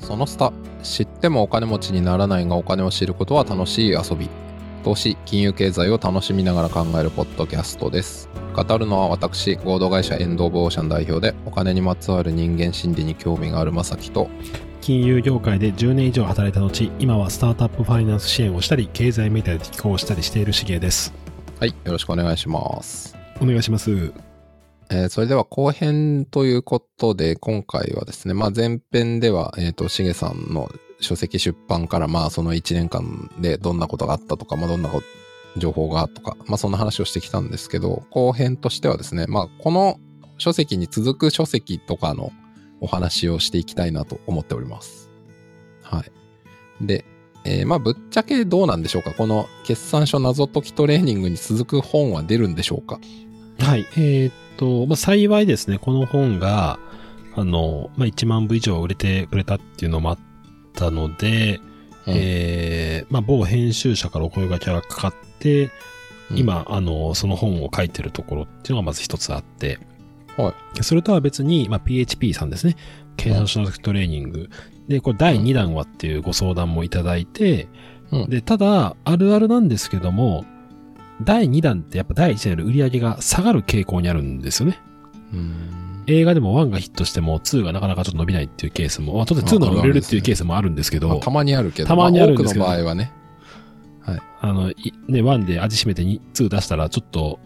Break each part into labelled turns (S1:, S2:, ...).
S1: そのスタ知ってもお金持ちにならないがお金を知ることは楽しい遊び投資金融経済を楽しみながら考えるポッドキャストです語るのは私合同会社エンド・ボーシャン代表でお金にまつわる人間心理に興味があるまさきと
S2: 金融業界で10年以上働いた後今はスタートアップファイナンス支援をしたり経済メディアで寄稿をしたりしているしげです
S1: はいよろしくお願いします、
S2: お願いします
S1: えーそれでは後編ということで今回はですね、まあ、前編ではえっ、としげさんの書籍出版からまあその1年間でどんなことがあったとか、まあ、どんなこ情報がとか、まあ、そんな話をしてきたんですけど後編としてはですね、まあ、この書籍に続く書籍とかのお話をしていきたいなと思っております。はい。で、えーまあぶっちゃけどうなんでしょうかこの決算書謎解きトレーニングに続く本は出るんでしょうか
S2: はいえーっと、まあ、幸いですねこの本があの、まあ、1万部以上売れてくれたっていうのもあったので、えーまあ、某編集者からお声掛けがかかって
S1: うん
S2: 今、あの、その本を書いてるところっていうのがまず一つあって、
S1: は
S2: それとは別に、まあ、PHP さんですね。計算書のトレーニング。で、これ第2弾はっていうご相談もいただいて、
S1: うん
S2: で、ただ、あるあるなんですけども、第2弾ってやっぱ第1弾より売り上げが下がる傾向にあるんですよね。
S1: うん
S2: 映画でも1がヒットしても2がなかなかちょっと伸びないっていうケースも、まあ、当然2の方が売れるっていうケースもあるんですけど、
S1: まあたまにあるけど、
S2: たまにあるんですけど
S1: まあ多くの場合はね。
S2: あの、いね、1で味しめて2、2出したらちょっと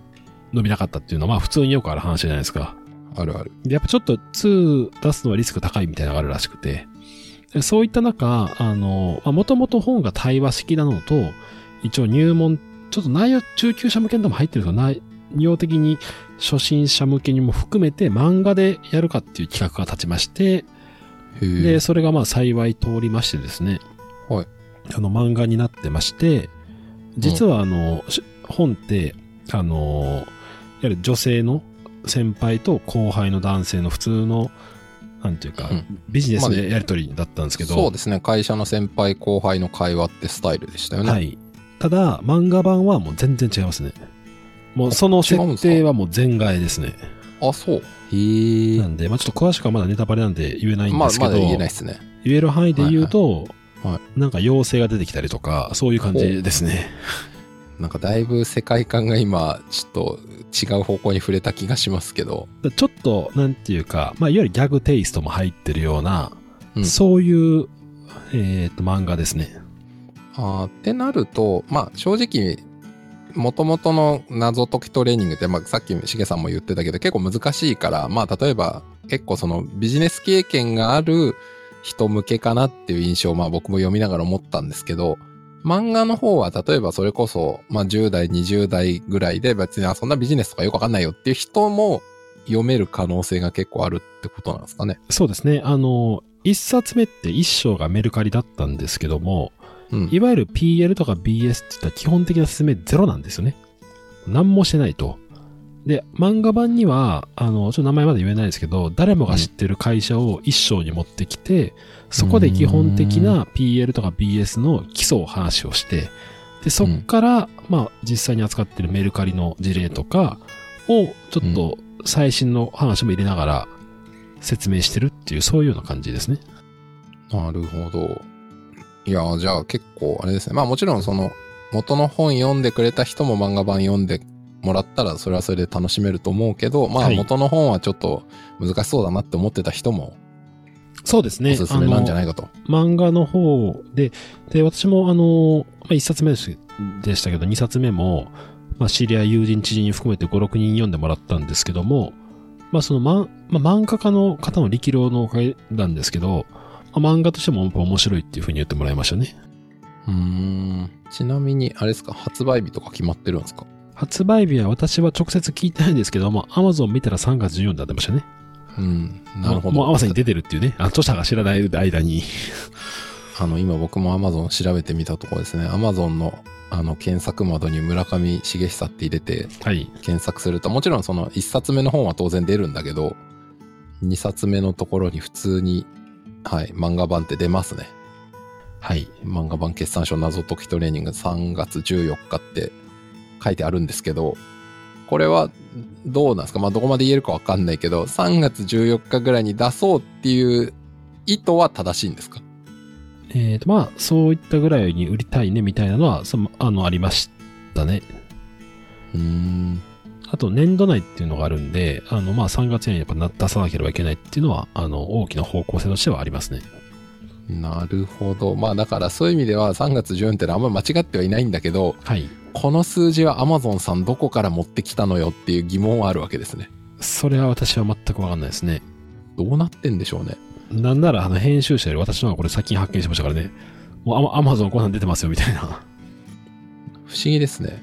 S2: 伸びなかったっていうのは、まあ普通によくある話じゃないですか。
S1: あるある。
S2: で、やっぱちょっと2出すのはリスク高いみたいなのがあるらしくて。でそういった中、あの、もともと本が対話式なのと、一応入門、ちょっと内容、中級者向けにでも入ってるんですけど、内容的に初心者向けにも含めて漫画でやるかっていう企画が立ちまして、
S1: へー
S2: で、それがまあ幸い通りましてですね。
S1: はい
S2: あの、漫画になってまして、実はあの、し本って、あの、いわゆる女性の先輩と後輩の男性の普通の、なんていうか、
S1: うん
S2: ビジネス
S1: まあ
S2: の
S1: ね
S2: やりとりだったんですけど、
S1: そうですね。会社の先輩後輩の会話ってスタイルでしたよね。
S2: はい。ただ、漫画版はもう全然違いますね。もうその設
S1: 違うんですか
S2: 定はもう全外ですね。
S1: あ、そう。へ
S2: なんで、まあちょっと詳しくはまだネタバレなんで言えないん
S1: まあ
S2: で、すけ
S1: ま
S2: ど、
S1: だ言えないですね。
S2: 言える範囲で言う
S1: は
S2: と、
S1: いは
S2: なんか妖精が出てきたりとか、そういう感じですね。
S1: なんかだいぶ世界観が今、ちょっと違う方向に触れた気がしますけど。
S2: ちょっと、なんていうか、まあ、いわゆるギャグテイストも入ってるような、
S1: うん
S2: そういう、えーっと、漫画ですね。
S1: あーってなると、まあ正直、もともとの謎解きトレーニングって、まあ、さっきしげさんも言ってたけど結構難しいから、まあ、例えば結構そのビジネス経験がある人向けかなっていう印象を、まあ、僕も読みながら思ったんですけど漫画の方は例えばそれこそ、まあ、10代20代ぐらいで別にあそんなビジネスとかよくわかんないよっていう人も読める可能性が結構あるってことなんですかね。
S2: そうですね。あの、一冊目って一章がメルカリだったんですけども、
S1: うん、
S2: いわゆる PL とか BS って言ったら基本的な説明ゼロなんですよね。何もしてないと。で、漫画版には、あの、ちょっと名前まで言えないですけど、誰もが知ってる会社を一章に持ってきて、そこで基本的な PL とか BS の基礎を話をして、で、そっから、まあ、実際に扱ってるメルカリの事例とかを、ちょっと最新の話も入れながら説明してるっていう、そういうような感じですね。
S1: なるほど。いやー、じゃあ結構あれですね。まあもちろんその元の本読んでくれた人も漫画版読んでもらったらそれはそれで楽しめると思うけど、まあ
S2: はい
S1: 元の本はちょっと難しそうだなって思ってた人も
S2: そうですね。
S1: おすすめなんじゃないかと。
S2: 漫画の方で、で、私もあの、まあ、一冊目ですでしたけど、二冊目も、まあ、知り合い、友人、知人含めて5、6人読んでもらったんですけども、まあ、その、まん、まあ、漫画家の方の力量のおかげなんですけど、まあ漫画としてもやっぱ面白いっていうふうに言ってもらいましたね。
S1: うーん。ちなみに、あれですか、発売日とか決まってるんですか
S2: 発売日は私は直接聞いてないんですけども、Amazon 見たら3月14日になってましたね。
S1: うん。なるほど。
S2: もうもう Amazon に出てるっていうね、あ著者が知らない間に。
S1: あの、今僕も Amazon 調べてみたところですね。Amazon のあの検索窓に村上茂久って入れて、
S2: はい。
S1: 検索するともちろんその1冊目の本は当然出るんだけど2冊目のところに普通にはい漫画版って出ますね
S2: はい。
S1: 漫画版決算書謎解きトレーニング3月14日って書いてあるんですけどこれはどうなんですかまあどこまで言えるかわかんないけど3月14日ぐらいに出そうっていう意図は正しいんですか
S2: えーと、まあ、そういったぐらいに売りたいねみたいなのは、そのあの、ありましたね。
S1: うーん。
S2: あと、年度内っていうのがあるんで、あの、まあ、3月以内にやっぱな出さなければいけないっていうのは、あの、大きな方向性としてはありますね。
S1: なるほど。まあだからそういう意味では3月14ってのはあんま間違ってはいないんだけど、
S2: はい。
S1: この数字は Amazon さんどこから持ってきたのよっていう疑問はあるわけですね。
S2: それは私は全くわかんないですね。
S1: どうなってんでしょうね。
S2: なんなら、あの、編集者より私の方がこれ最近発見しましたからね。もうアマ、アマゾンこんなん出てますよ、みたいな。
S1: 不思議ですね。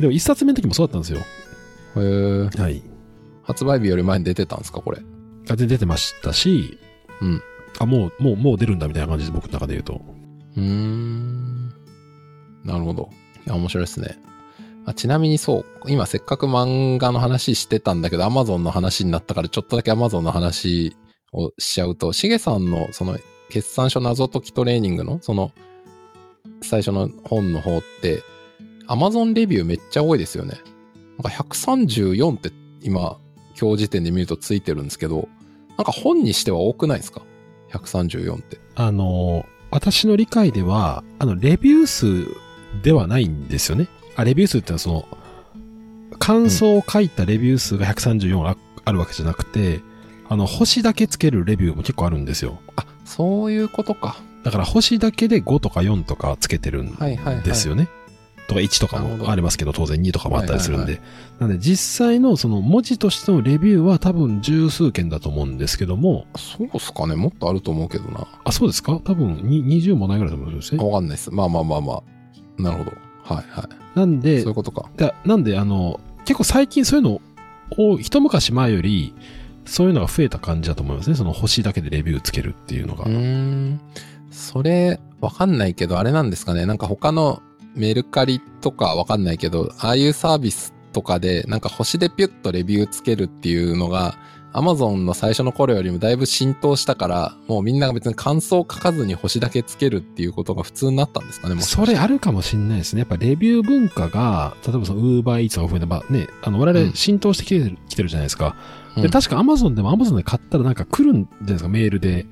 S2: でも、一冊目の時もそうだったんですよ。
S1: へー
S2: はい。
S1: 発売日より前に出てたんですか、これ。
S2: あで出てましたし、
S1: うん。
S2: あ、もう、もう、もう出るんだ、みたいな感じで僕の中で言うと。
S1: うーん。なるほど。いや、面白いですね。あちなみにそう、今せっかく漫画の話してたんだけど、Amazon の話になったから、ちょっとだけ Amazon の話をしちゃうと、しげさんのその決算書謎解きトレーニングの、その、最初の本の方って、Amazon レビューめっちゃ多いですよね。なんか134って今、今日時点で見るとついてるんですけど、なんか本にしては多くないですか ?134 って。
S2: あの、私の理解では、あの、レビュー数ではないんですよね。あ、レビュー数ってのはその、感想を書いたレビュー数が134ああるわけじゃなくて、あの、星だけつけるレビューも結構あるんですよ。
S1: あ、そういうことか。
S2: だから星だけで5とか4とかつけてるん
S1: はいはいはい。
S2: ですよね。とか1とか
S1: なるほ
S2: も
S1: ど
S2: ありますけど、当然2とかもあったりするんで。
S1: は
S2: なんで実際のその文字としてのレビューは多分十数件だと思うんですけども、
S1: そうっすかねもっとあると思うけどな。
S2: あ、そうですか多分に20もないぐらいだと思うんですね。
S1: わかんないです。まあまあまあまあ。なるほど。はいは
S2: なん
S1: い。
S2: で
S1: そういう、ことか。
S2: だなんであの結構最近そういうのを一昔前よりそういうのが増えた感じだと思いますねその星だけでレビューつけるっていうのが、
S1: うーん。それ、わかんないけど、あれなんですかねなんか他のメルカリとかわかんないけど、ああいうサービスとかで、なんか星でピュッとレビューつけるっていうのが、Amazon の最初の頃よりもだいぶ浸透したから、もうみんなが別に感想を書かずに星だけつけるっていうことが普通になったんですかねもしかして
S2: それあるかもしれないですねやっぱレビュー文化が例えばそのウーバーイーツのオフで、まあね、あの我
S1: うん
S2: 々浸透してきてる,、きてるじゃないですか、
S1: う
S2: で
S1: ん
S2: 確か Amazon でも Amazon で買ったらなんか来るんじゃないですかメールで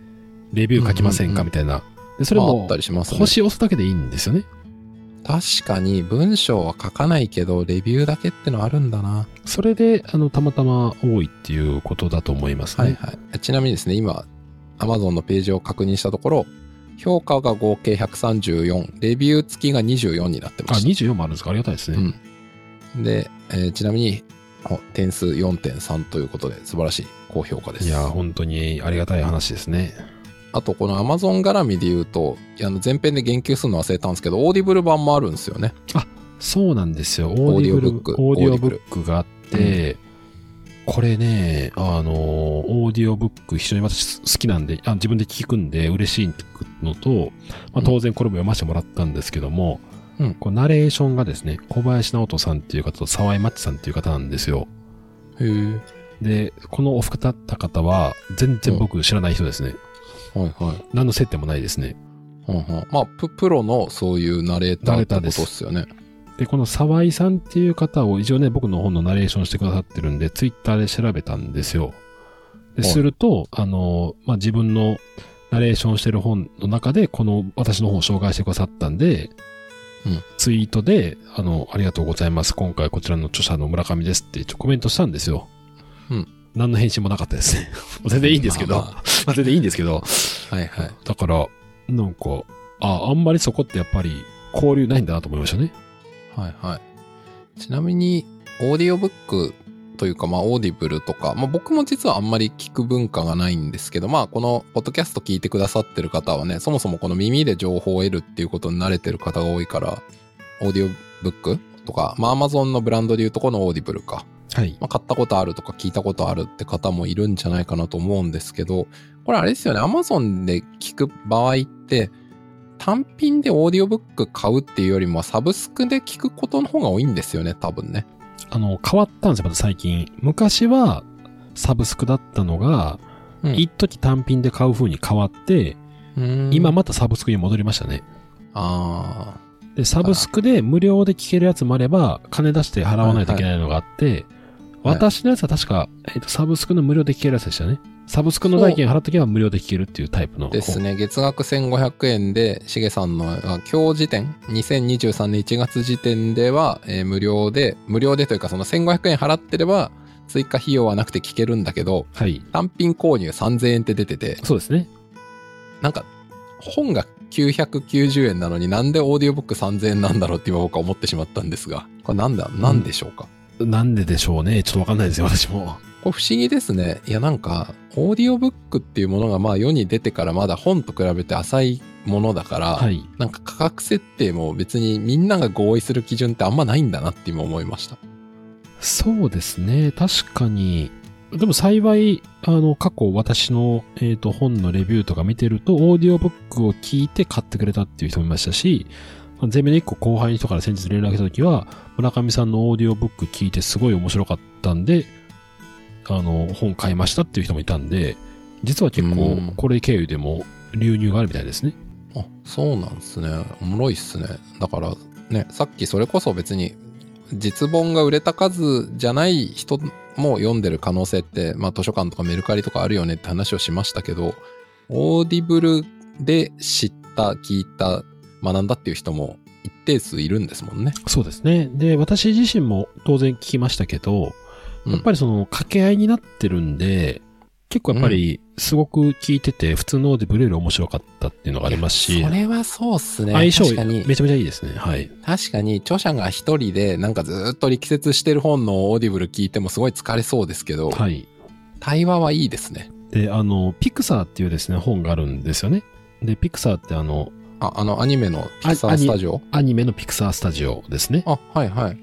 S2: レビュー書きませ
S1: う
S2: ん
S1: んうんう
S2: か
S1: ん
S2: みたいなでそれ
S1: ああ
S2: も
S1: ったりしますね。
S2: 星押すだけでいいんですよね
S1: 確かに文章は書かないけど、レビューだけってのあるんだな。
S2: それであのたまたま多いっていうことだと思いますね、
S1: はいはい。ちなみにですね、今、Amazon のページを確認したところ、評価が合計134、レビュー付きが24になって
S2: あ
S1: まし
S2: 24もあるんですかありがたいですね、
S1: うんた。で、えーちなみに、お点数4.3ということで、素晴らしい高評価です。
S2: いやー、本当にありがたい話ですね。
S1: あと、この Amazon 絡みで言うと、あの前編で言及するの忘れたんですけど、オーディブル版もあるんですよね。
S2: そうなんですよ。
S1: オー
S2: オー
S1: ディ
S2: ディ
S1: オ
S2: オ
S1: ブ
S2: ブ
S1: ッ
S2: ッ
S1: ク
S2: ク。オーディオブックがあって、これね、あのー、オーディオブック非常に私好きなんで、あ自分で聞くんで嬉しいのと、ま
S1: う
S2: あ、
S1: ん
S2: 当然これも読ませてもらったんですけども、
S1: うん
S2: こうナレーションがですね、小林直人さんっていう方と沢井真知さんっていう方なんですよ。
S1: へえ。
S2: で、このお二方は全然僕知らない人ですね。
S1: はいはい。
S2: 何の接点もないですね。
S1: うんうんまあプ、プロのそういうナレーターってことですよね。
S2: で、この沢井さんっていう方を一応ね、僕の本のナレーションしてくださってるんで、ツイッターで調べたんですよ。で
S1: はい
S2: すると、あの、まあ、自分のナレーションしてる本の中で、この私の本を紹介してくださったんで、
S1: うん
S2: ツイートで、あの、ありがとうございます。今回こちらの著者の村上ですって一応コメントしたんですよ。
S1: うん
S2: 何の返信もなかったです ね。全然いいんですけど。
S1: まあ
S2: ま
S1: ま
S2: あ、全然いいんですけど。
S1: はいはい。
S2: だから、なんか、あ、あんまりそこってやっぱり交流ないんだなと思いましたね。
S1: はいはい。ちなみに、オーディオブックというか、まあ、オーディブルとか、まあ、僕も実はあんまり聞く文化がないんですけど、まあ、この、ポッドキャスト聞いてくださってる方はね、そもそもこの耳で情報を得るっていうことに慣れてる方が多いから、オーディオブックとか、まあ、アマゾンのブランドでいうとこのオーディブルか、
S2: はい。
S1: まあ、買ったことあるとか聞いたことあるって方もいるんじゃないかなと思うんですけど、これあれですよね、Amazon で聞く場合って、単品でオーディオブック買うっていうよりも、サブスクで聞くことの方が多いんですよね、多分ね。
S2: あの、変わったんですよ、また最近。昔は、サブスクだったのが、
S1: うん
S2: 一時単品で買う風に変わって、今
S1: ま、
S2: またサブスクに戻りましたね。
S1: あ
S2: で、サブスクで無料で聞けるやつもあれば、金出して払わないといけないのがあって、
S1: はい
S2: 私のやつは確か、えっと、サブスクの無料で聞けるやつでしたね。サブスクの代金払っとけば無料で聴けるっていうタイプの本
S1: ですね、月額1500円で、しげさんの、あ今日時点、2023年1月時点では、えー無料で、無料でというか、その1500円払ってれば、追加費用はなくて聞けるんだけど、
S2: はい。
S1: 単品購入3000円って出てて、
S2: そうですね。
S1: なんか、本が990円なのになんでオーディオブック3000円なんだろうって今僕は思ってしまったんですが、これなんだ、なんでしょうか、
S2: なんででしょうね。ちょっとわかんないですよ、私も。
S1: これ不思議ですね。いやなんか、オーディオブックっていうものがまあ世に出てからまだ本と比べて浅いものだから、
S2: はい。
S1: なんか価格設定も別にみんなが合意する基準ってあんまないんだなって今思いました。
S2: そうですね。確かに。でも幸い、あの、過去私の、えっ、と、本のレビューとか見てると、オーディオブックを聞いて買ってくれたっていう人もいましたし、ゼミの一個後輩の人から先日連絡した時は、村上さんのオーディオブック聞いてすごい面白かったんで、あの、本買いましたっていう人もいたんで、実は結
S1: うん
S2: 構、これ経由でも流入があるみたいですね。
S1: あ、そうなんですね。おもろいっすね。だからね、さっきそれこそ別に実本が売れた数じゃない人も読んでる可能性って、まあ図書館とかメルカリとかあるよねって話をしましたけど、オーディブルで知った、聞いた、学んだっていう人も一定数いるんですもんね。
S2: そうですね。で、私自身も当然聞きましたけど、
S1: うん
S2: やっぱりその掛け合いになってるんで、結構やっぱりすごく聞いてて、普通のオーディブルより面白かったっていうのがありますし、
S1: それはそうっすね。
S2: 相性
S1: 確かに
S2: めちゃめちゃいいですね。はい。
S1: 確かに著者が一人でなんかずーっと力説してる本のオーディブル聞いてもすごい疲れそうですけど、
S2: はい。
S1: 対話はいいですね。
S2: で、あの、ピクサーっていうですね、本があるんですよね。で、ピクサーってあの、
S1: あ、あのアニメのピクサ
S2: あア
S1: ー
S2: ニ
S1: スタジオ
S2: アニメのピクサースタジオですね。
S1: あはいはい。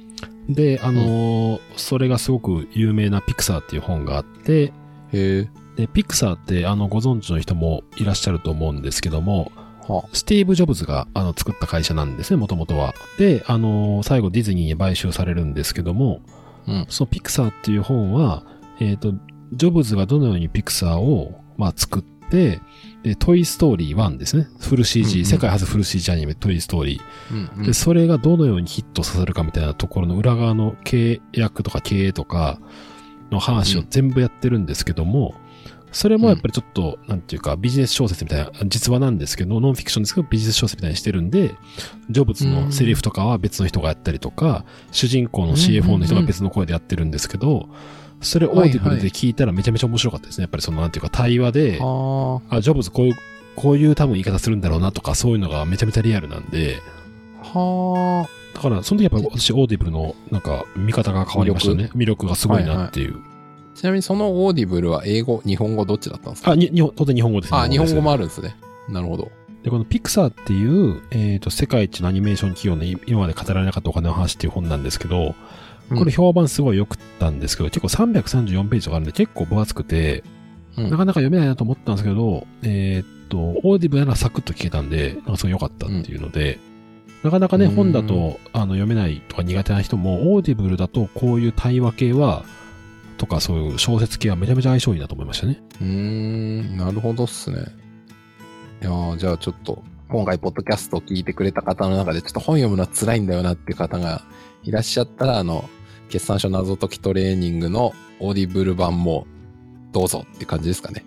S2: で、あの、それがすごく有名なピクサーっていう本があって、
S1: へえ。
S2: で、ピクサーってあの、ご存知の人もいらっしゃると思うんですけども、
S1: は
S2: スティーブ・ジョブズがあの作った会社なんですね、もともとは。で、あの最後ディズニーに買収されるんですけども、
S1: うん
S2: そのピクサーっていう本は、えっ、と、ジョブズがどのようにピクサーを、まあ、作って、で、トイ・ストーリー1ですね。フル
S1: うん
S2: CG、
S1: うん
S2: 世界初フル CG アニメ、トイ・ストーリー。
S1: うんうん
S2: で、それがどのようにヒットさせるかみたいなところの裏側の契約とか経営とかの話を全部やってるんですけども、それもやっぱりちょっと、なんていうか、ビジネス小説みたいな、実話なんですけど、ノンフィクションですけど、ビジネス小説みたいにしてるんで、ジョブズのセリフとかは別の人がやったりとか、主人公の CFO の人が別の声でやってるんですけど、それオーディブルで聞いたらめちゃめちゃ面白かったですね。やっぱりその、なんていうか、対話で、
S1: は
S2: あ、ジョブズこういう、こういう多分言い方するんだろうなとか、そういうのがめちゃめちゃリアルなんで、
S1: あ。はあ。
S2: だから、その時やっぱり私、オーディブルの、なんか、見方が変わりましたね。魅力がすごいなっていう。
S1: ちなみにそのオーディブルは英語、日本語どっちだったんですか
S2: あ、に、日本、当然日本語ですね。
S1: あ、日本語も
S2: で
S1: あるんですね。なるほど。
S2: すね。で、このピクサーっていう、えっ、と、世界一のアニメーション企業のい今まで語られなかったお金の話っていう本なんですけど、これ評判すごい良くったんですけど、結構334ページとかあるんで結構分厚くて、
S1: うん
S2: なかなか読めないなと思ったんですけど、えーっと、オーディブルならサクッと聞けたんで、なんかすごい良かったっていうので、なかなかね、
S1: うん
S2: 本だとあの読めないとか苦手な人も、オーディブルだとこういう対話系は、とかそういう小説系はめちゃめちゃ相性いいなと思いましたね。
S1: うーん、なるほどっすね。いやーじゃあちょっと、今回、ポッドキャストを聞いてくれた方の中で、ちょっと本読むのは辛いんだよなっていう方がいらっしゃったら、あの、決算書謎解きトレーニングのオーディブル版も、どうぞって感じですかね。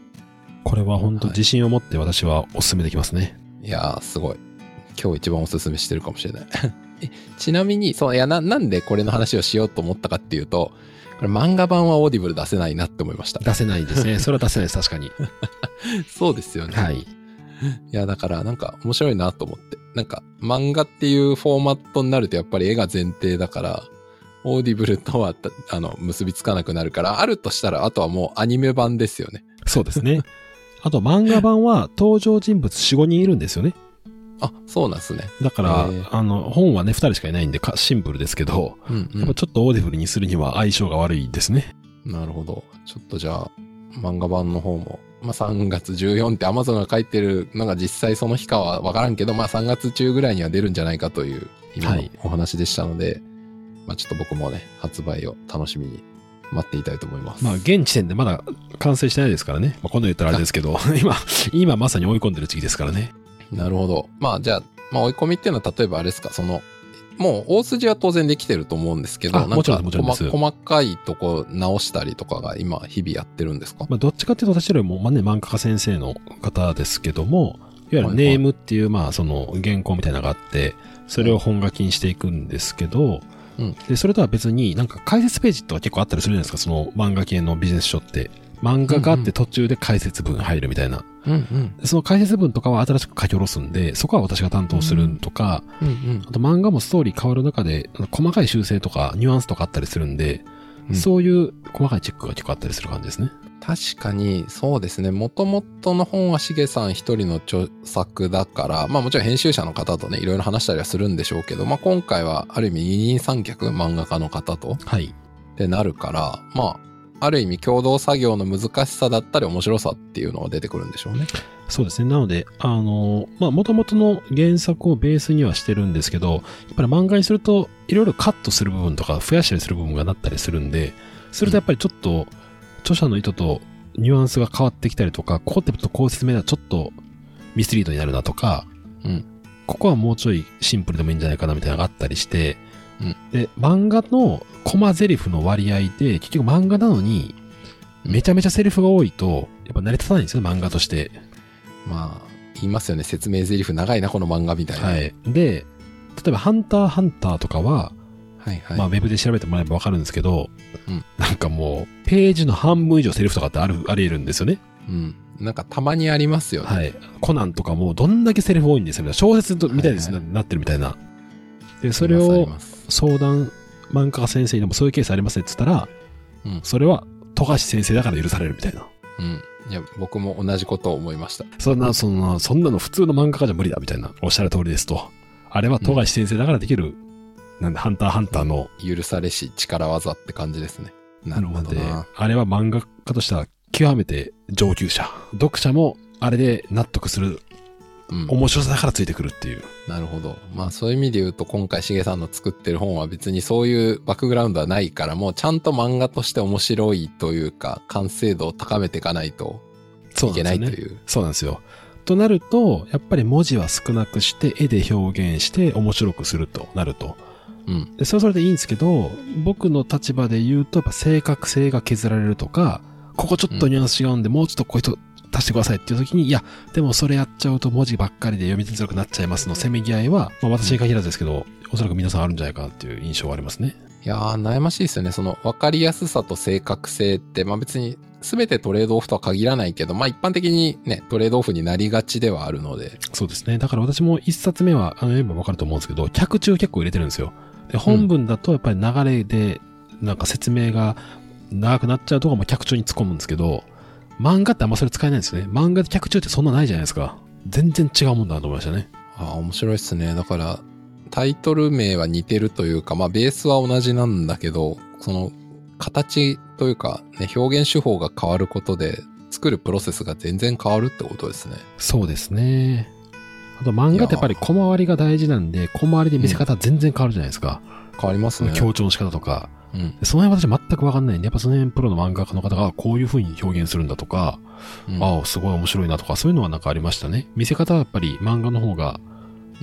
S2: これは本当
S1: はい
S2: 自信を持って私はお勧めできますね。
S1: いやー、すごい。今日一番おすすめしてるかもしれない。 えちなみに、そう、いやな、なんでこれの話をしようと思ったかっていうと、これ漫画版はオーディブル出せないなって思いました。
S2: 出せない ですね。それは出せないです、確かに。
S1: そうですよね。
S2: はい。
S1: いや、だからなんか面白いなと思って。なんか漫画っていうフォーマットになるとやっぱり絵が前提だから、オーディブルとはたあの結びつかなくなるから、あるとしたらあとはもうアニメ版ですよね。
S2: そうですね。あと漫画版は登場人物4、5人いるんですよね。
S1: あ、そうなんすね。
S2: だから
S1: へえ、
S2: あの、本はね、2人しかいないんでか、シンプルですけど、
S1: うん、
S2: やっぱちょっとオーディブルにするには相性が悪いですね。
S1: なるほど。ちょっとじゃあ漫画版の方も、まあ3月14って Amazon が書いてるのが実際その日かはわからんけど、まあ3月中ぐらいには出るんじゃないかという今
S2: は
S1: の
S2: い
S1: お話でしたので、まあちょっと僕もね、発売を楽しみに待っていたいと思います。
S2: まあ、現時点でまだ完成してないですからね。まあ、こんなの言ったらあれですけど、 今、今まさに追い込んでる時期ですからね。
S1: なるほど。まあじゃあ、まあ追い込みっていうのは例えばあれですか、その、もう大筋は当然できてると思うんですけど、
S2: あ
S1: な
S2: も
S1: ん
S2: ちろ
S1: か
S2: んもちろんです
S1: 細細かいとこ直したりとかが今日々やってるんですか、
S2: まあ、どっちかっていうと私よりも、まあね、漫画家先生の方ですけども、いわゆ
S1: は
S2: る
S1: いはい
S2: ネームっていう、まあ、その原稿みたいなのがあって、それを本書きにしていくんですけど、
S1: うん
S2: で、それとは別に、なんか解説ページとか結構あったりするじゃないですか、その漫画系のビジネス書って。漫画があって途中で解説文入るみたいな。
S1: うんうん。
S2: でその解説文とかは新しく書き下ろすんで、そこは私が担当するとか、
S1: うんうん
S2: あと漫画もストーリー変わる中で、あの細かい修正とかニュアンスとかあったりするんで、
S1: うん
S2: そういう細かいチェックが結構あったりする感じですね。
S1: 確かに、そうですね。もともとの本はしげさん一人の著作だから、まあもちろん編集者の方とね、いろいろ話したりはするんでしょうけど、まあ今回はある意味二人三脚漫画家の方と
S2: はい。
S1: ってなるから、まあ、ある意味共同作業の難しさだったり面白さっていうのが出てくるんでしょうね。
S2: そうですね。なので、あの、まあ、元々の原作をベースにはしてるんですけど、やっぱり漫画にすると、いろいろカットする部分とか、増やしたりする部分がなったりするんで、それとやっぱりちょっと、著者の意図とニュアンスが変わってきたりとか、ここってとこう説明ではちょっとミスリードになるなとか、
S1: うん
S2: ここはもうちょいシンプルでもいいんじゃないかなみたいなのがあったりして、
S1: うん
S2: で、漫画のコマセリフの割合で、結局漫画なのに、めちゃめちゃセリフが多いと、やっぱ成り立たないんですよね、漫画として。
S1: まあ、言いますよね。説明台詞長いな、この漫画みたいな。
S2: は。い。で、例えば、ハンターハンターとかは、
S1: はいはい。
S2: まあ、ウェブで調べてもらえばわかるんですけど、
S1: うん
S2: なんかもう、ページの半分以上セリフとかってある、あり得るんですよね。
S1: うん。なんかたまにありますよね。
S2: はい。コナンとかも、どんだけセリフ多いんですよね。小説とみたいです、
S1: はいはい
S2: ななってるみたいな。で、それ
S1: あり
S2: を
S1: ますあります
S2: 相談、漫画家先生にでもそういうケースありますねって言ったら、
S1: うん
S2: それは、富樫先生だから許されるみたいな。
S1: うん。いや、僕も同じことを思いました。
S2: そんな、そんな、そんなの普通の漫画家じゃ無理だみたいな。おっしゃる通りですと。あれは富樫先生だからできる、なんで、ハンターハンターの
S1: 許されし力技って感じですね。なるほど
S2: んで
S1: な。
S2: あれは漫画家としては極めて上級者。読者もあれで納得する
S1: うん。
S2: 面白さだからついてくるっていう。
S1: なるほど。まあそういう意味で言うと今回しげさんの作ってる本は別にそういうバックグラウンドはないからもうちゃんと漫画として面白いというか完成度を高めていかないと
S2: そう
S1: い
S2: なんで
S1: けない
S2: すよ
S1: と
S2: ね。
S1: いう。
S2: そうなんですよ。となると、やっぱり文字は少なくして、絵で表現して面白くするとなると。
S1: うん。
S2: でそれはそれでいいんですけど、僕の立場で言うと、やっぱ正確性が削られるとか、ここちょっとニュアンス違うんで、もうちょっとこういうと足してくださいっていう時に、いや、でもそれやっちゃうと文字ばっかりで読みづらくなっちゃいますの、せめぎ合いは、まあ私に限らずですけど、おそらく皆さんあるんじゃないかなっていう印象はありますね。
S1: いやー悩ましいですよね。その分かりやすさと正確性ってまあ別に全てトレードオフとは限らないけどまあ一般的にねトレードオフになりがちではあるので。
S2: そうですね。だから私も一冊目は、あの、読めばわかると思うんですけど、客中結構入れてるんですよ。で、本文だとやっぱり流れで、なんか説明が長くなっちゃうとかも客中に突っ込むんですけど、漫画ってあんまそれ使えないんですね。漫画で客中ってそんなないじゃないですか。全然違うもんだなと思いましたね。
S1: ああ、面白いですね。だから、タイトル名は似てるというか、まあ、ベースは同じなんだけど、その、形というか、ね、表現手法が変わることで、作るプロセスが全然変わるってことですね。
S2: そうですね。あと漫画ってやっぱり小回りが大事なんで、小回りで見せ方全然変わるじゃないですか。
S1: 変わります
S2: その
S1: ね。
S2: 強調の仕方とか。
S1: うん。
S2: でその辺私全くわかんないんで、やっぱその辺プロの漫画家の方がこういう風に表現するんだとか、
S1: うん、
S2: ああ、すごい面白いなとか、そういうのはなんかありましたね。見せ方はやっぱり漫画の方が、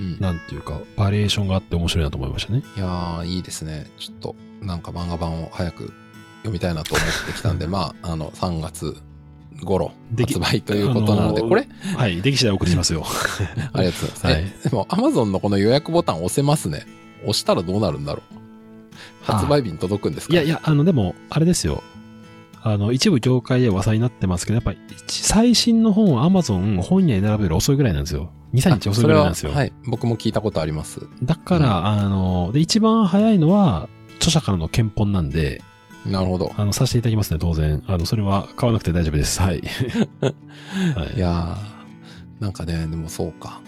S1: うん
S2: なんていうか、バリエーションがあって面白いなと思いましたね。
S1: いやー、いいですね。ちょっと、なんか漫画版を早く読みたいなと思ってきたんで、まあ、あの、3月頃、
S2: でき
S1: 発売ということなので、
S2: あのー
S1: これ、
S2: はい、でき次第お送りしますよ。
S1: ありがとうございます。
S2: は
S1: は いでも、Amazon のこの予約ボタン押せますね。押したらどうなるんだろう。
S2: あー
S1: 発売日に届くんですか
S2: いやいや、あの、でも、あれですよ。あの、一部業界では噂になってますけど、やっぱり、最新の本は Amazon 本屋に並べるより遅いぐらいなんですよ。2、3
S1: あ
S2: 日遅いぐらいなんですよ。
S1: それははい。僕も聞いたことあります。
S2: だから、あの、で、一番早いのは、著者からの検本なんで、
S1: なるほど。
S2: あの、させていただきますね、当然。あの、それは買わなくて大丈夫です。はい。 はい
S1: いやー、なんかね、でもそうか。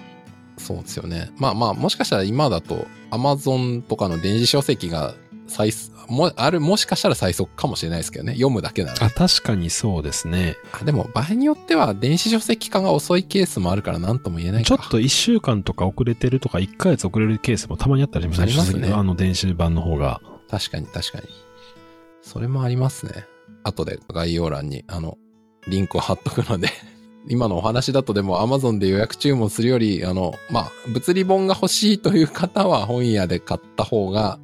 S1: そうですよね。まあまあ、もしかしたら今だと Amazon とかの電子書籍が最速、も、ある、もしかしたら最速かもしれないですけどね。読むだけなら
S2: あ、
S1: ね。
S2: 確かにそうですね。
S1: あでも場合によっては電子書籍化が遅いケースもあるから何とも言えないか。
S2: ちょっと1週間とか遅れてるとか、1ヶ月遅れるケースもたまにあったりします
S1: ありますね
S2: あの電子版の方が。
S1: 確かに確かに。それもありますね。後で概要欄に、あの、リンクを貼っとくので、 今のお話だとでも Amazon で予約注文するより、あの、まあ、物理本が欲しいという方は本屋で買った方が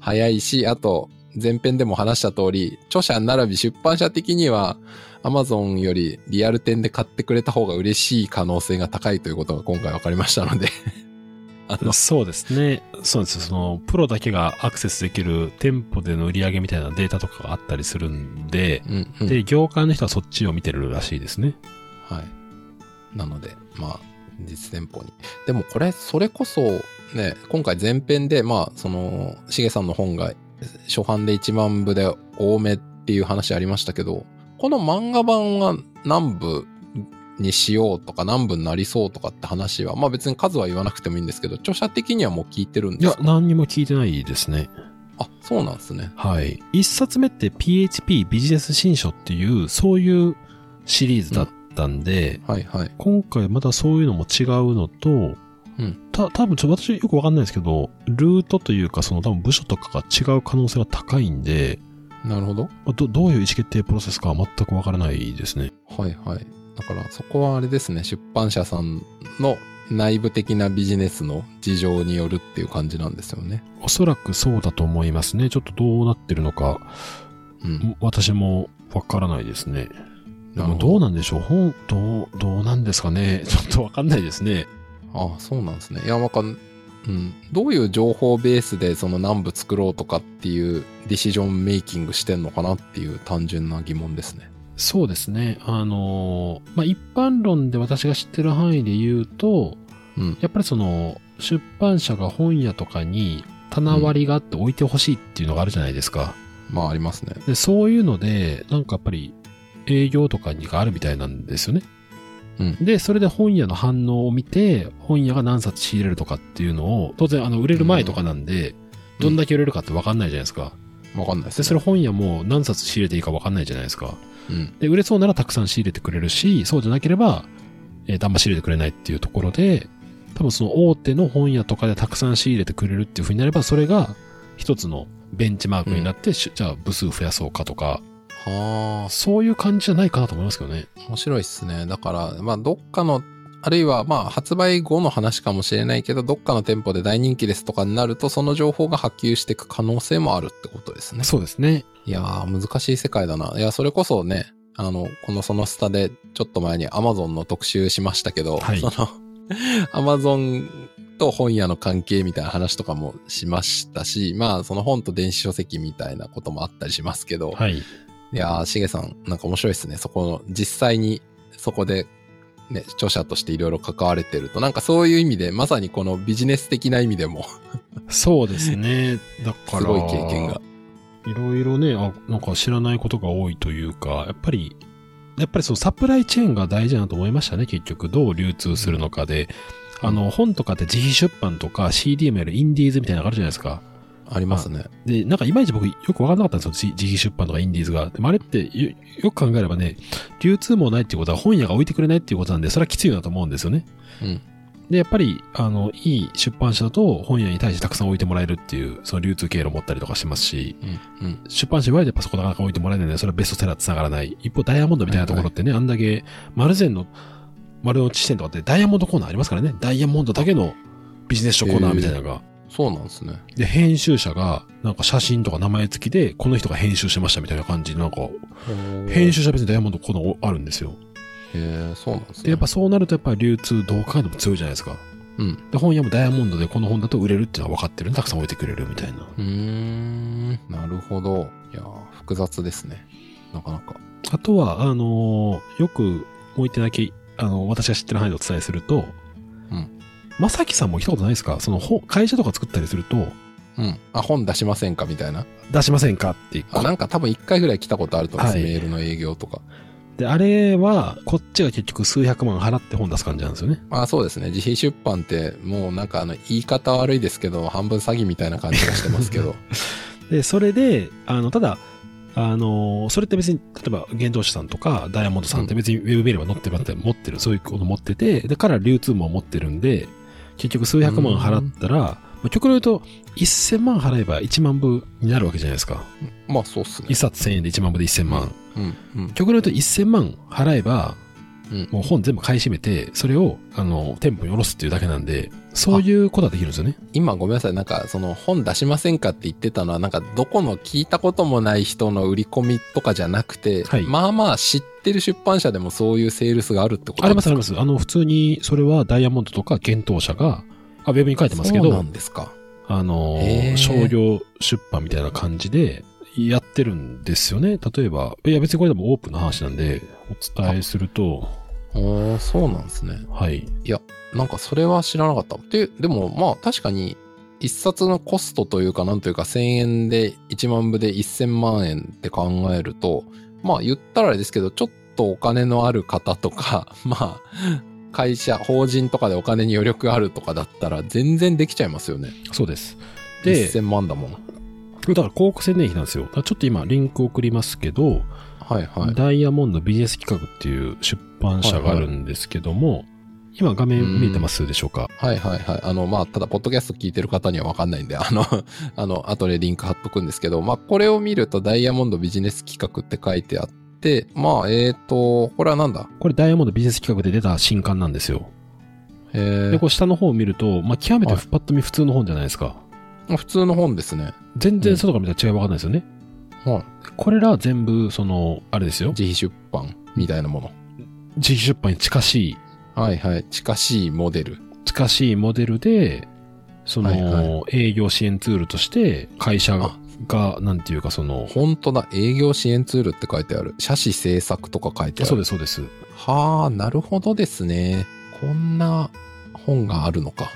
S1: 早いし、あと、前編でも話した通り、著者並び出版社的には Amazon よりリアル店で買ってくれた方が嬉しい可能性が高いということが今回分かりましたので あの、
S2: そうですね。そうです。その、プロだけがアクセスできる店舗での売り上げみたいなデータとかがあったりするんで、
S1: うん、うん。
S2: で、業界の人はそっちを見てるらしいですね。
S1: はい。なので、まあ、実店舗に。でもこれ、それこそ、ね、今回前編で、まあ、その、しげさんの本が、初版で1万部で多めっていう話ありましたけど、この漫画版は何部にしようとか、何部になりそうとかって話は、まあ別に数は言わなくてもいいんですけど、著者的にはもう聞いてるん
S2: い
S1: です
S2: や、
S1: か
S2: 何にも聞いてないですね。
S1: あ、そうなんですね。
S2: はい。一冊目って PHP ビジネス新書っていう、そういうシリーズだったんで、
S1: はいはい。
S2: 今回またそういうのも違うのと、
S1: うん
S2: た多分ちょっと私よくわかんないですけど、ルートというかその多分部署とかが違う可能性が高いんで、
S1: なるほど。
S2: まあどどういう意思決定プロセスかは全くわからないですね。
S1: はいはい。だからそこはあれですね、出版社さんの内部的なビジネスの事情によるっていう感じなんですよね。
S2: おそらくそうだと思いますね。ちょっとどうなってるのか、
S1: うん。
S2: 私もわからないですね。で
S1: なる
S2: も
S1: ほ
S2: どうなんでしょう本、どう、どうなんですかね ちょっとわかんないですね。
S1: ああ、そうなんですね。いや、わかん、うん。どういう情報ベースでその何部作ろうとかっていうディシジョンメイキングしてんのかなっていう単純な疑問ですね。
S2: そうですね。あのーまあ、一般論で私が知ってる範囲で言うと、
S1: うん
S2: やっぱりその、出版社が本屋とかに棚割りがあって置いてほしいっていうのがあるじゃないですか。
S1: まあ、ありますね。
S2: で、そういうので、なんかやっぱり営業とかにがあるみたいなんですよね。
S1: うん
S2: で、それで本屋の反応を見て、本屋が何冊仕入れるとかっていうのを、当然、あの、売れる前とかなんで、どんだけ売れるかって分かんないじゃないですか。
S1: わかんないです
S2: で、
S1: ね。
S2: それ本屋も何冊仕入れていいか分かんないじゃないですか。
S1: うん。
S2: で、売れそうならたくさん仕入れてくれるし、そうじゃなければ、えーとあんま仕入れてくれないっていうところで、多分その大手の本屋とかでたくさん仕入れてくれるっていう風になれば、それが一つのベンチマークになって、しじゃあ部数増やそうかとか、
S1: はあ、
S2: そういう感じじゃないかなと思いますけどね。
S1: 面白いっすね。だから、まあ、どっかの、あるいは、まあ、発売後の話かもしれないけど、どっかの店舗で大人気ですとかになると、その情報が波及していく可能性もあるってことですね。
S2: そうですね。
S1: いやー、難しい世界だな。いや、それこそね、あの、このそのスタで、ちょっと前に Amazon の特集しましたけど、
S2: はい
S1: その、Amazon と本屋の関係みたいな話とかもしましたし、まあ、その本と電子書籍みたいなこともあったりしますけど、
S2: はい。
S1: い、やー、しげさん、なんか面白いですね。そこの、実際に、そこで、ね、著者としていろいろ関われてると、なんかそういう意味で、まさにこのビジネス的な意味でも、
S2: そうですね。だから、
S1: すごい経験が。。
S2: いろいろね、あ、なんか知らないことが多いというか、やっぱり、やっぱりそのサプライチェーンが大事だなと思いましたね、結局。どう流通するのかで。あの、本とかって自費出版とか CD もやるインディーズみたいなのがあるじゃないですか。
S1: ありますね。
S2: で、なんかいまいち僕よくわからなかったんですよ、自自費出版とかインディーズが。でもあれってよよく考えればね、流通網ないっていうことは本屋が置いてくれないっていうことなんで、それはきついなと思うんですよね。
S1: うん
S2: で、やっぱり、あの、いい出版社だと本屋に対してたくさん置いてもらえるっていう、その流通経路を持ったりとかしてますし、
S1: うん、うん。
S2: 出版社いわゆるやっぱそこなかなか置いてもらえないので、それはベストセラー繋がらない。一方、ダイヤモンドみたいなところってね、あんだけ、マルゼンの丸の内支店とかってダイヤモンドコーナーありますからね。ダイヤモンドだけのビジネス書コーナーみたいなのが。
S1: そうなんですね。
S2: で、編集者が、なんか写真とか名前付きで、この人が編集してましたみたいな感じで、なんか、編集者別にダイヤモンドコーナーあるんですよ。
S1: へえそうなんですね。
S2: で、やっぱそうなるとやっぱり流通、どう考えても強いじゃないですか。
S1: うん。
S2: で、本屋もダイヤモンドでこの本だと売れるっていうのは分かってるんで、たくさん置いてくれるみたいな。
S1: うーん、なるほど。いやー、複雑ですね。なかなか。
S2: あとは、あのーよく置いてなき、あの私が知ってる範囲でお伝えすると、
S1: うん。
S2: まさきさんも来たことないですかその、ほ会社とか作ったりすると、
S1: うん。あ、本出しませんかみたいな。
S2: 出しませんかって。
S1: あ、なんか多分一回ぐらい来たことあると思います。
S2: はい
S1: メールの営業とか。
S2: で、あれは、こっちが結局数百万払って本出す感じなんですよね。
S1: あ、そうですね。自費出版って、もうなんかあの、言い方悪いですけど、半分詐欺みたいな感じがしてます けど。
S2: で、それで、あの、ただ、あのーそれって別に、例えば、現動者さんとか、ダイヤモンドさんって別にウェブメールは載ってます持ってる、そういうこと持ってて、で、から流通も持ってるんで、結局数百万払ったら、まあ極論言うと、1000万払えば1万部になるわけじゃないですか。
S1: まあ、そうっすね
S2: 1。冊1000円で1万部で1000万。
S1: うん、うん。
S2: 極論言うと1000万払えば、
S1: うん
S2: もう本全部買い占めて、それを、あの、店舗に卸すっていうだけなんで、そういうことはできるんですよね。
S1: 今ごめんなさい。なんか、その本出しませんかって言ってたのは、なんか、どこの聞いたこともない人の売り込みとかじゃなくて、
S2: はい
S1: まあまあ知ってる出版社でもそういうセールスがあるってこと。
S2: ありますありますす。あの、普通に、それはダイヤモンドとか、幻冬者が、あ、ウェブに書いてますけ
S1: そうな
S2: ど、
S1: んですか。
S2: あの
S1: へ、ー
S2: 商業出版みたいな感じで、やってるんですよね。例えば、いや別にこれでもオープンな話なんで、お伝えすると、
S1: おーそうなんですね。
S2: はい。
S1: なんかそれは知らなかった。で、でもまあ確かに、一冊のコストというか、なんというか、1000円で1万部で1000万円って考えると、まあ言ったらあれですけど、ちょっとお金のある方とか、 まあ、会社、法人とかでお金に余力あるとかだったら、全然できちゃいますよね。
S2: そうです。で、
S1: 1000万だもん。
S2: だから広告宣伝費なんですよ。だからちょっと今、リンク送りますけど、
S1: はいはい。
S2: ダイヤモンドビジネス企画っていう出版社があるんですけども、今画面見えてますでしょうか、
S1: はいはいはい。あの、まあ、ただ、ポッドキャスト聞いてる方には分かんないんで、あの、 あの、後でリンク貼っとくんですけど、まあ、これを見ると、ダイヤモンドビジネス企画って書いてあって、まあ、えーと、これはなんだ
S2: これダイヤモンドビジネス企画で出た新刊なんですよ。
S1: えー
S2: で、こう下の方を見ると、まあ、極めて
S1: は
S2: パッと見普通の本じゃないですか。
S1: まあ普通の本ですね。
S2: 全然外から見たら違いわかんないですよね。
S1: は
S2: これら全部、その、あれですよ
S1: い。。自費出版みたいなもの。
S2: 自費出版に近しい、
S1: はいはい。近しいモデル。
S2: 近しいモデルで、その、
S1: はい
S2: 営業支援ツールとして、会社が
S1: あ、
S2: なんていうか、その、
S1: 本当だ。営業支援ツールって書いてある。写真制作とか書いてある。
S2: そうです、そうです。
S1: はあ、なるほどですね。こんな本があるのか。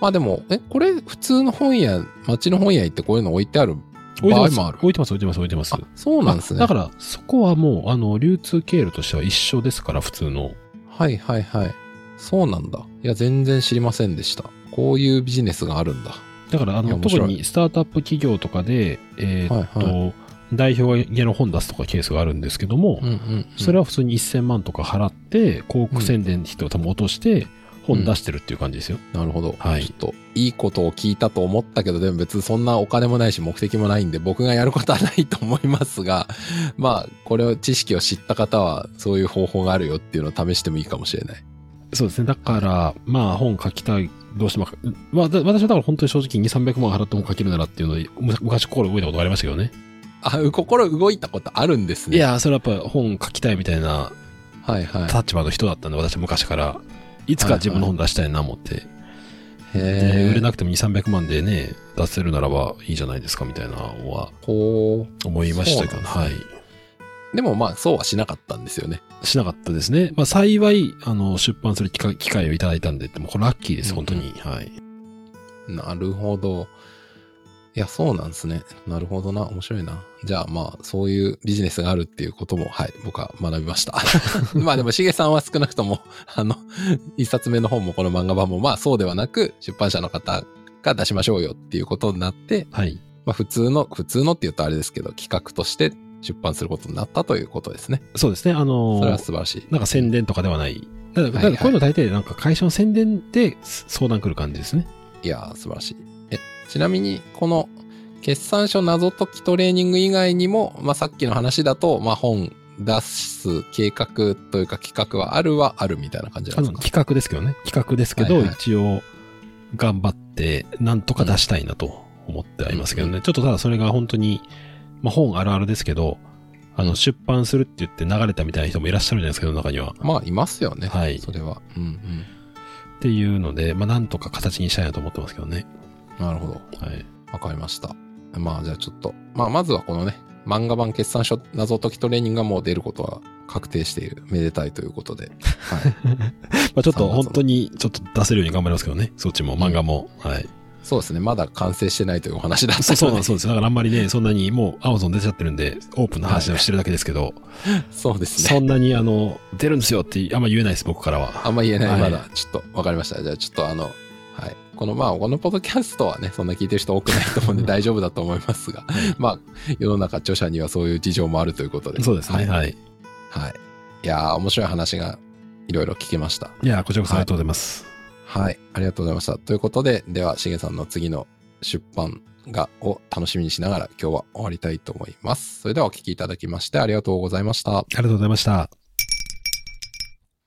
S1: まあでも、え、これ普通の本屋、町の本屋行ってこういうの置いてある
S2: 置いて
S1: 場合
S2: ます
S1: もある。
S2: 置いてます、置いてます、置いてます
S1: あ。、そうなんですね。
S2: だから、そこはもう、あの、流通経路としては一緒ですから、普通の。
S1: はいはいはい。そうなんだ。いや、全然知りませんでした。こういうビジネスがあるんだ。
S2: だから、あ
S1: いや
S2: の、
S1: 面
S2: 特
S1: 白い
S2: にスタートアップ企業とかで、えーっと、
S1: はい
S2: 代表が家の本出すとかケースがあるんですけども、
S1: うんうん、
S2: それ
S1: は、
S2: は普通に1000万とか払って、広告宣伝費と多分落として、本出してるっていう感じですよ。
S1: なるほど。
S2: はい
S1: ちょっと、いいことを聞いたと思ったけど、でも別にそんなお金もないし、目的もないんで、僕がやることはないと思いますが、 まあ、これを知識を知った方は、そういう方法があるよっていうのを試してもいいかもしれない。
S2: そうですね。だから、まあ、本書きたい、どうしても、まあ、だ私はだから本当に正直2、300万払っても書けるならっていうので、む昔心動いたことがありましたけどね。
S1: あ、心動いたことあるんですね。
S2: い、や、それはやっぱ本書きたいみたいな
S1: はいはい。
S2: 立場の人だったんで、私昔から、いつか自分の本出したいな思って、で
S1: へ
S2: 売れ
S1: ー
S2: なくても2、300万でね、出せるならばいいじゃないですかみたいなのは
S1: ほ
S2: 思いましたけど、
S1: そうな
S2: は
S1: ん
S2: い
S1: で。う。でもまあ、そうはしなかったんですよね。
S2: しなかったですね。まあ幸い、あの、出版する機会機会をいただいたんで、でもこれラッキーです、
S1: うんうん
S2: 本当に。はい。
S1: なるほど。いや、そうなんですね。なるほどな。面白いな。じゃあ、まあ、そういうビジネスがあるっていうことも、はい、僕は学びました。 まあでも、しげさんは少なくとも、 あの、一冊目の本もこの漫画版も、まあそうではなく、出版社の方が出しましょうよっていうことになって、
S2: はい。
S1: まあ普通の、普通のって言うとあれですけど、企画として出版することになったということですね。
S2: そうですね。あの
S1: それは素晴らしい。
S2: なんか宣伝とかではない。
S1: はい
S2: だから、
S1: はい
S2: だからこういうの大体なんか会社の宣伝で相談来る感じですね。
S1: いやー、素晴らしい。え、ちなみに、この、決算書謎解きトレーニング以外にも、まあ、さっきの話だと、まあ、本出す計画というか企画はあるはあるみたいな感じな
S2: あ
S1: んです
S2: の
S1: か
S2: 企画ですけどね。企画ですけど、
S1: はいはい
S2: 一応、頑張って、なんとか出したいなと思ってありますけどね。ちょっとただそれが本当に、まあ、本あるあるですけど、あの、出版するって言って流れたみたいな人もいらっしゃるじゃないですか、世の中には。
S1: まあ、いますよね。
S2: はい
S1: それは。うんうん。
S2: っていうので、まあ、なんとか形にしたいなと思ってますけどね。
S1: なるほど。
S2: はい。
S1: わかりました。まあ、じゃあちょっと、まあ、まずはこのね、漫画版決算書謎解きトレーニングがもう出ることは確定している。めでたいということで。はい。
S2: まあ、ちょ
S1: そう
S2: っと
S1: なんです
S2: 本当に、ちょっと出せるように頑張りますけどね。そっちも、漫画も。はい。
S1: そうですね。まだ完成してないというお話だったので
S2: そうそうなんですそうです。だからあんまりね、そんなにもう Amazon 出ちゃってるんで、オープンな話をしてるだけですけど、
S1: そうですね。
S2: そんなにあの、出るんですよってあんま言えないです、僕からは。
S1: あんま言えない、
S2: は
S1: ま
S2: い
S1: だ。ちょっと、わかりました。じゃあ、ちょっとあの、はい。この、まあ、このポッドキャストはね、そんな聞いてる人多くないと 思うんで大丈夫だと思いますが、まあ、世の中著者にはそういう事情もあるということで。
S2: そうですね。
S1: はい。
S2: はい。
S1: はい、いやー、面白い話がいろいろ聞けました。
S2: いや、こちらこそありがとうございます。
S1: はい。ありがとうございました。ということで、では、しげさんの次の出版が、を楽しみにしながら今日は終わりたいと思います。それではお聞きいただきましてありがとうございました。
S2: ありがとうございました。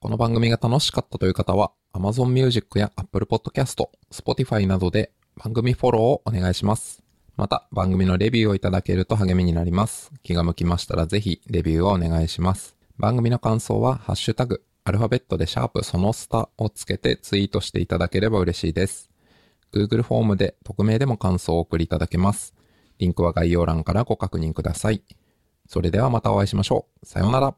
S1: この番組が楽しかったという方は、Amazon Music や Apple Podcast、Spotify などで番組フォローをお願いします。また、番組のレビューをいただけると励みになります。気が向きましたらぜひ、レビューをお願いします。番組の感想は、ハッシュタグ、アルファベットでシャープそのスタをつけてツイートしていただければ嬉しいです。Google フォームで匿名でも感想をお送りいただけます。リンクは概要欄からご確認ください。それではまたお会いしましょう。さようなら。